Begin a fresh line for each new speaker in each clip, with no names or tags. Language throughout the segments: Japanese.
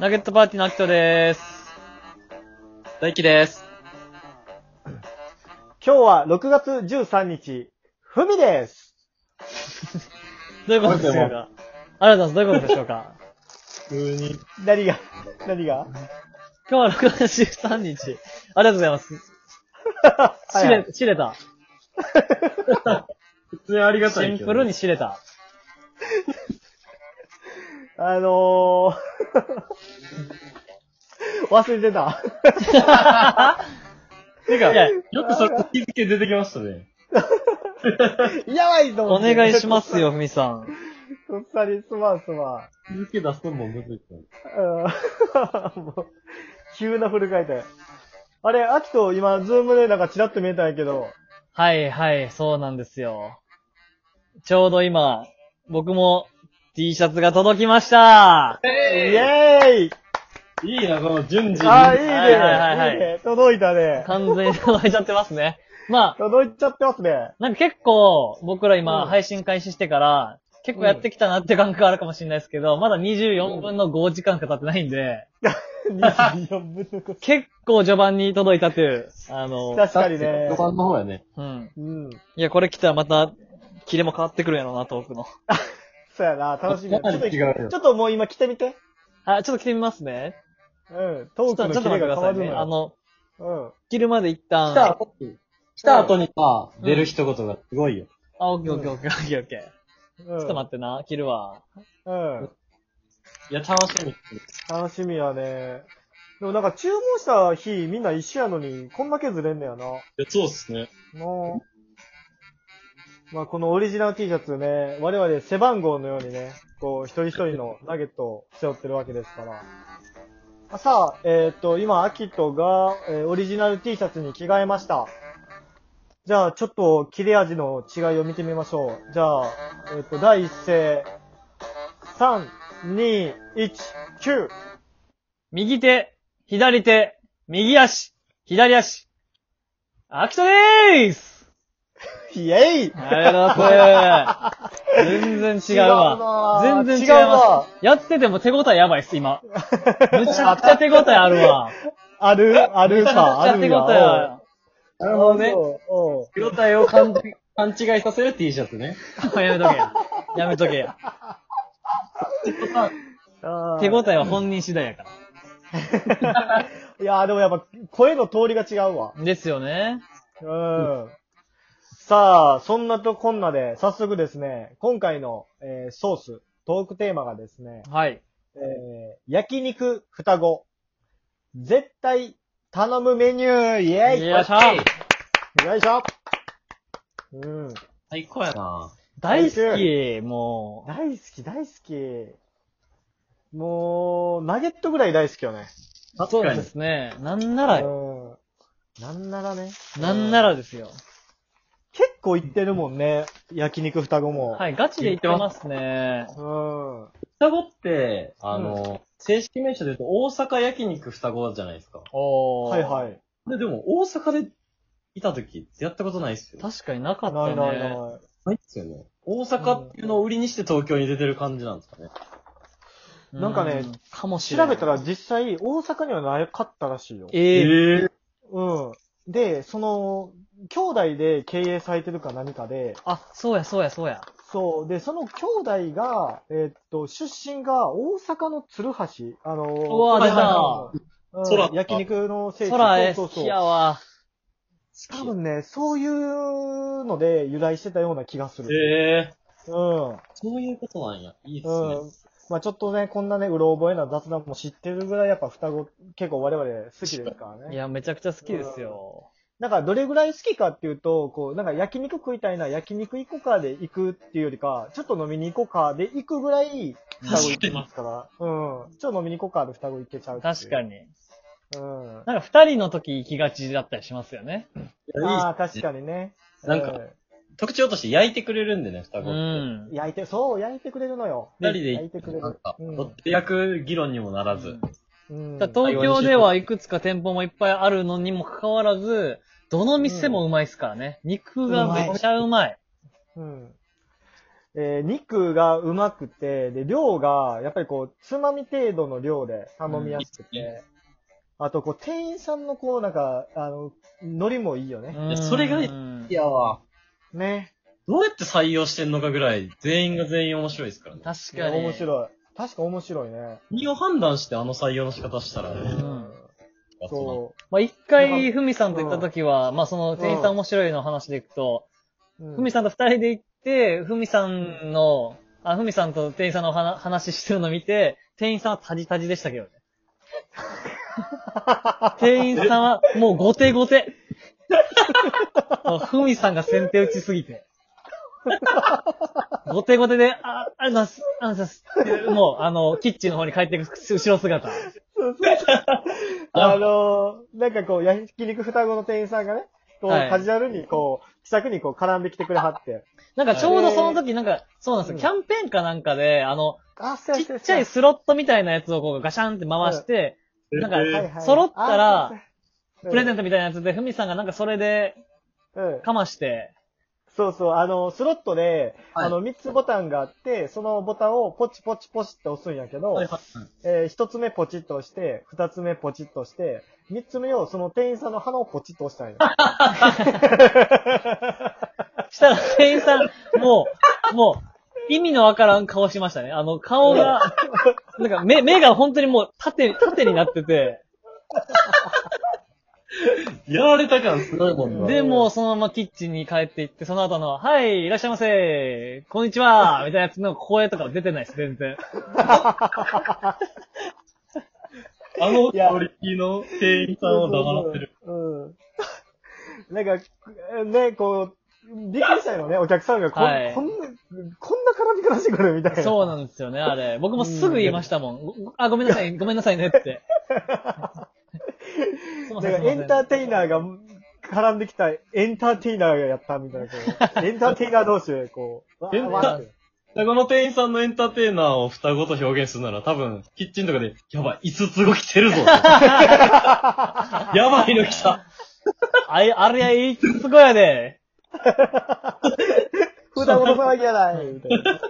ナゲットパーティーの秋人です。大輝です。
今日は6月13日、ふみです。
どういうことでしょうかあらたさん、どういうことでしょうか
普通に。
何が、何が
今日は6月13日。ありがとうございます。 知
はいは
れ
い、
知れた。
普通にありがた
シ
い
ン
け
プ
ど、
ルに知れた。
あのー、 忘れてた。
てか、いや、
よくそれ気づけ出てきましたね。
やばいと思
お
って。
願いし ます。よ、ふみさん。
とっさにすまんすまん。
気づけ出すのもむずいっすね
うん もう急なフル回転。あれ、アキト今、ズームでなんかチラッと見えたんやけど、
はいはい、そうなんですよ。ちょうど今、僕も T シャツが届きました。
イェーイ
いいな、この順次。
あー、いいね、
はいはいはいはい
いいね。届いたね。
完全に届いちゃってますね。まあ、
届いちゃってますね。
なんか結構、僕ら今
うん
配信開始してから、結構やってきたなって感覚あるかもしれないですけど、まだ24分の5時間しか経ってないんで、
24分の5。
結構序盤に届いたという、あの、
確かにね
5。番の方やね。
うん。
うん。
いや、これ来たらまた、キレも変わってくるやろうな、トークの。
そうやな、楽しみだ。
か
ちょ
な
っと
り違うよ
ちょっともう今着てみて。
あ、ちょっと来てみますね。
うん。
ち
ト
ょ
ー
っと、
ク
ちょ
の
っと待
キレ
ってくだ
が変
さ
わ
い
る
ね。あ
のよ。
の、
うん。
切るまで一旦。
来た後に、来た後にさ、
うん
出る一言がすごいよ。
あ、オッケーオッケーオッケーオッケーオッケー。
ちょ
ちょっと待ってな、切るわ。
って。うん。
いや、楽しみ。
楽しみやね。でもなんか注文した日みんな一緒やのに、こんだけずれんねやな。
そうっすね。
もう。まあこのオリジナル T シャツね、我々背番号のようにね、こう一人一人のナゲットを背負ってるわけですから。あさあ、えっ、と、今、アキトが、えーオリジナル T シャツに着替えました。じゃあ、ちょっと切れ味の違いを見てみましょう。じゃあ、えっ、と、第一声。3、2、1、9。
右手、左手、右足、左足。アキトでーす
イェイ
ありがとうございます。全然違うわ。
違うなぁ
全然違います。やってても手応えやばいっす、今。むちゃくちゃ手応えあるわ。
あるある
むちゃ
か、
くち
あ
ゃ
る
手
んや
応えあ
な
おう
るほどね。
おう
状態を勘勘違いさせる T シャツね。
るわ。やめとけや。やめとけや。
あー
手応えは本人次第やか
いやーでもやっぱ声の通りが違うわ。
ら。ですよね。
うん。さあ、そんなとこんなで、早速ですね、今回の、えーソース、トークテーマがですね、
はい。
えー焼肉双子、絶対頼むメニュー、イェイ
よいしょ。
よいしょうん。
最高やな。
大好き、も
大好き、大好き。もう、ナゲットぐらい大好きよね。
う。
確
そう
か
で
に。
すね。なんなら、
うん。なんならね。
なんな
ら。
らですよ。
結構行ってるもんね。焼肉双子も。
はい、ガチで言ってますね。
うん。
双子って、あの、正式名称で言うと大阪焼肉双子じゃないですか。
おー。
はいはい。
で、でも大阪でいた時やったことないっすよ。
確かになかった
な
ね。
いないない。
ないっすよね。大阪っていうのを売りにして東京に出てる感じなんですかね。
う
なんかね、
かもしれな
調
い。
べたら、実際大阪にはなかったらしいよ。
ええ
え
うん。で、その、兄弟で経営されてるか何かで、
あ、そうや、そうや、そうや。
そう。で、その兄弟が、えーっと、出身が大阪の鶴橋。あの、
うわ
出た
うん
空
焼肉の聖地。
空へ
そう
好き
そうそう
やわ。
多分ね、そういうので由来してたような気がする。
え
うん。
そういうことなんや。いいっす
うん
ね。。
まあちょっとね、こんなね、うろ覚えな雑談も知ってるぐらい、やっぱ双子、結構我々好きですから
い
ね。
や、めちゃくちゃ好きですよ。
なんか、どれぐらい好きかっていうと、こう、なんか焼肉食いたいな、焼肉行こうかで行くっていうよりか、ちょっと飲みに行こうかで行くぐらい、双子行ってますから。うん。ちょっと飲みに行こうかで双子行けちゃうっていう。
確かに。
に。うん。
なんか二人の時行きがちだったりしますよね。
いやいいっす
ああ、確かにね。
なんか
う
特徴として焼いてくれるんでね、双
う
子って。
ん。
焼いて、そう、焼いてくれるのよ。
二人で
焼いてくれる
なんか、
うん
どっち焼く議論にもならず。
うん。
だから東京ではいくつか店舗もいっぱいあるのにもかかわらず、どの店もうまいっすからね。肉がめっちゃうまい。
うん。えー肉がうまくて、で、量が、やっぱりこう、つまみ程度の量で頼みやすくて、あと、こう、店員さんのこう、なんか、あの、海苔もいいよね。
うん
いやそれがいい
うん
いやわ。
ね。
どうやって採用してんのかぐらい、全員が全員面白いですからね。
確
いや
かに。
面白い。確か面白いね。
何を判断してあの採用の仕方したら、
う
ね、
ん。
そ
そ
まあ、一回、ふみさんと行った時は、まあ、その、店員さん面白いの話でいくと、
う。うん
ふみさんと二人で行って、ふみさんの、あ、ふみさんと店員さんのお話話してるの見て、店員さんはタジタジでした けどね。店員さんは、もう、後手後手。もうふみさんが先手打ちすぎ て。後手後手で、あ、ありがとうございます、ありがとうございますって。もう、あの、キッチンの方に帰っていく後ろ姿。
あのーなんかこう、焼肉双子の店員さんがね、こう、
はい
カジュアルにこう、気さくにこう、絡んできてくれはって。
なんかちょうどその時、なんか、そうなんですよ。
うん
キャンペーンかなんかで、あの、
あ、そう
ち
や
っちゃいスロットみたいなやつをこうガシャンって回して、
う
なんか
えー
揃ったら、プレゼン
ト。
トみたいなやつで、ふみさんがなんかそれで
うん
かまして、
そうそう、あの、スロットで、
はい
あの、3つボタンがあって、そのボタンをポチポチポチって押すんやけど、
はいはいはい
えー、1つ目ポチッと押して、2つ目ポチッと押して、3つ目をその店員さんの鼻をポチッと押したん や。
したら店員さん、もう、もう、意味のわからん顔しましたね。あの、顔が、なんか目、目が本当にもう縦、縦になってて、
やられた感すごいもんな。
で、もうそのままキッチンに帰っていって、その後の、はい、いらっしゃいませ、こんにちは、みたいなやつの声とか出てないです、全然。
あの
いや
クオリティの店員さんを黙ってる。
うん。 なんか、えーね、こう、びっくりしたよね、お客さんがこん、
はい
こんな、こんな絡み方してくるみたいな。。
そううなんですよね、あれ。僕もすぐ言いましたもん。ごあ、ごめんなさい、ごめんなさいね って。すいま
だ
せ
か
んすいません
らエンターテイナーが絡んできたエンターテイナーがやったみたいな、こう、 エンターテイナー同士で、こう、わー
エンター
わーって
双子の店員さんのエンターテイナーを双子と表現するなら多分、キッチンとかで、やばい、5つ子来て るぞ。やばいの来た。
あい、あれや、いいつごやで。
普段の騒ぎや ないみたいな。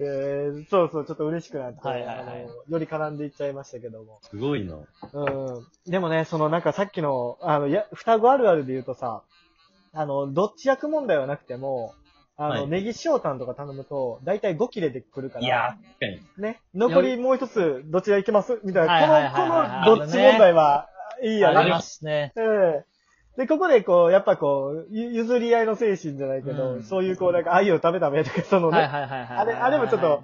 えー、そうそう、ちょっと嬉しくなって、
はいはいはい
あのより絡んでいっちゃいましたけども。
すごいな。
うん。でもね、そのなんかさっきの、あの、や、双子あるあるで言うとさ、あの、どっち役問題はなくても、あの、
はい
ネギ塩タンとか頼むと、だいたい5切れでくるから、
いやー、確かに。
ね、残りもう一つ、どちら行けますみたい
はいはい
な、
はい
こ
はい
の、この、どっち問題は、いいよ
あ
ね
り。ますね。
うんで、ここでこう、やっぱこう、ゆ譲り合いの精神じゃないけど、
うん
そういうこう、なんか、愛を食べた目とか、そのね、
はいはいはいはい。
あれ、あれもちょっと、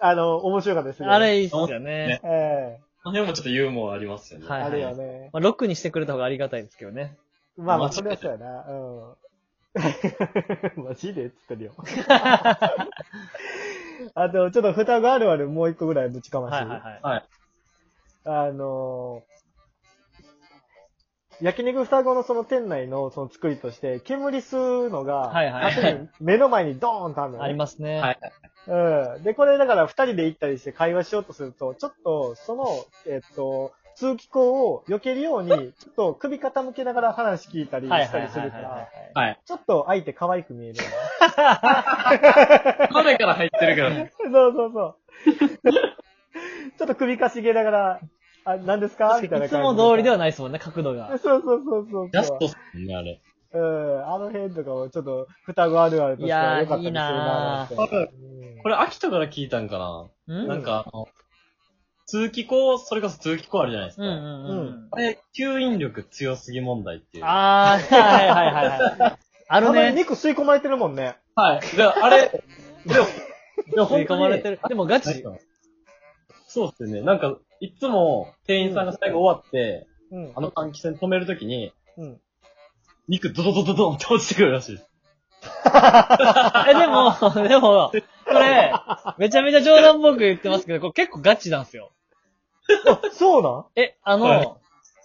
あの、面白かったですよね。
あれいいっすよね。
ええ
この辺もちょっとユーモアありますよね。
はい
あれよね。
まあ、ロックにしてくれた方がありがたいですけどね。
まあま
間
あ、
違
それは
い
そうやな。 うん。マジでっつってるよ。 あと、ちょっと双子あるあるもう一個ぐらいぶちかまし
はい
て、
はいはい。
はい。
あのー焼肉双子のその店内のその作りとして、煙吸うのが、
はいはい
縦に目の前にドーンとあるのね
ありますね。
はい
うん。で、これだから二人で行ったりして会話しようとすると、ちょっとその、えっと、通気口を避けるように、ちょっと首傾けながら話聞いたり
はいは
した
いはい
りす
はい
るか
はい
ら、
はい。
はい。
ちょっと相手可愛く見 えるよね。
彼から入ってるか らね。
そうそうそう。 ちょっと首かしげながら、あ、何ですかみたいない
つ
感じ。
も通りでは
な
ないですもんね、角度が。
そうそうそうそう。
ジャストっすもんね、あれ。
うん。あの辺とかもちょっと双子あるあるとしては良かったりするなぁ
い
思って
これ、秋田から聞いたんかな、
うん
なんか、あの、通気口、それこそ通気口あるじゃないです
う
か。
んうんうん。
あれ、吸引力強すぎ問題っていう。
あー、はいはいはいはい。あ
あ
る
の
ね。
肉吸い込まれてるもんね。
はい。で、あれ、でも、で
吸
も本
い
当
込
に
まれてる。でもガ
なん
チ。
かそうっすよね。なんか、いつも、店員さんが最後終わって、
うん
あ。の換気扇止めるときに、
うん。
肉ドドドドドンって落ちてくるらしいです。
え、でも、でも、これ、めちゃめちゃ冗談っぽく言ってますけど、これ結構ガチなんですよ。
そうなん
え、あ
はい
の、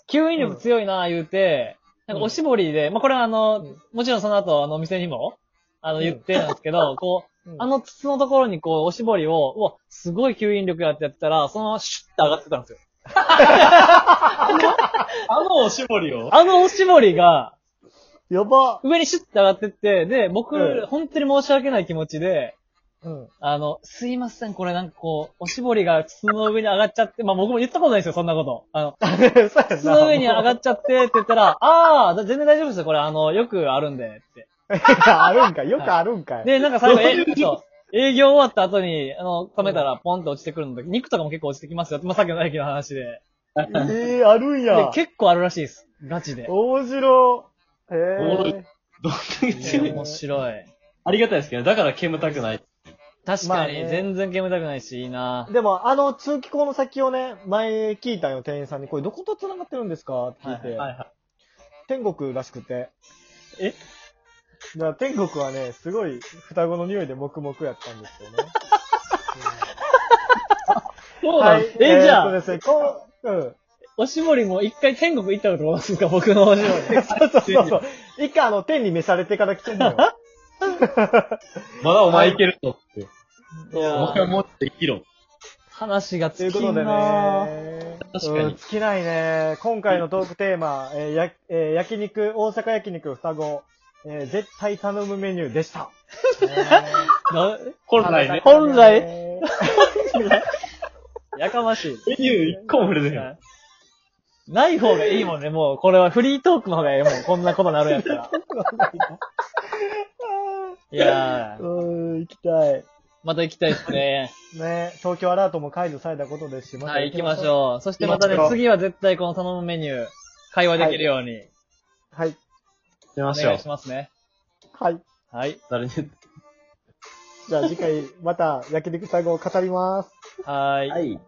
吸引力強いなぁ言うて、なんかおしぼりで、まあ、これはあの、
うん
もちろんその後、あの、お店にも、あの、言ってなんですけど、こう、あ
の、
の筒のところにこう、おしぼりを、うわ、すごい吸引力やってやったら、そのままシュッて上がってたんですよ。
あのおしぼりを
あのおしぼりが、
やば。
上にシュッて上がってって、で、僕、
うん
本当に申し訳ない気持ちで、
うん。
あの、すいません、これなんかこう、おしぼりが筒の上に上がっちゃって、まあ僕も言ったことないですよ、そんなこと。あの、
そうやん
筒の上に上が
っ
っちゃってって言ったら、ああ、全然大丈夫ですよ、これあの、よくあるんで、って。
た。あるんかいよくあるんかい。
で、なんか最後、え、そう、営業終わった後に、あの、止めたらポンと落ちてくるので、肉とかも結構落ちてきますよ。まあ、さっきの大輝の話で。
え ー、あるん
で
や、。
結構あるらしいです。ガチで。
面白。へ
面
え。
どんだけ
いや
強いの
面白い。
ありがたいですけど、だから煙たくない。
確
まあ
かに、
ね
全然煙たくないし、いいな
でも、あの通気口の先をね、前聞いたよ、店員さんに、これどこと繋がってるんですかって聞いて、
はいは
天国らしくて。
え
だから天国はね、すごい双子の匂いで黙々やったんですよね。
そうなんえ、
ー
じゃ
と
あ、
ですね、こう、うん。
おしぼりも一回天国行ったことあるんですか僕のおしぼり。
そうそうそうそう。一回あの、天に召されてから来てんのよ。
い。まだお前いけるとって。
いや
お前もっと生きろ。
話が
と
尽
いう
き
こ
ん
とで
な
ね。
確かに
うん尽きないね。今回のトークテーマ、えーやえー焼肉、大阪焼肉双子、えー絶対頼むメニューで した。
な
本来ね。
本 来
ね
やかましい。
メニュー一個も触れてない。
ない方がいいもんね、もう。これはフリートークの方がいいもん。こんなことなるんやったら。いやー、
うん、行きたい。
また行きたいですね。
ね東京アラートも解除されたことですし、また
はい、行きましょう。そしてまたね
行きまし、ょう
次は絶対この頼むメニュー、会話できるように、
う。はい。
出ま
お
しょ
願
う
いし。ますね。
はい。
はい。
誰に言っ
じゃあ次回、また焼肉双子を語ります。
はー
て
い。
い。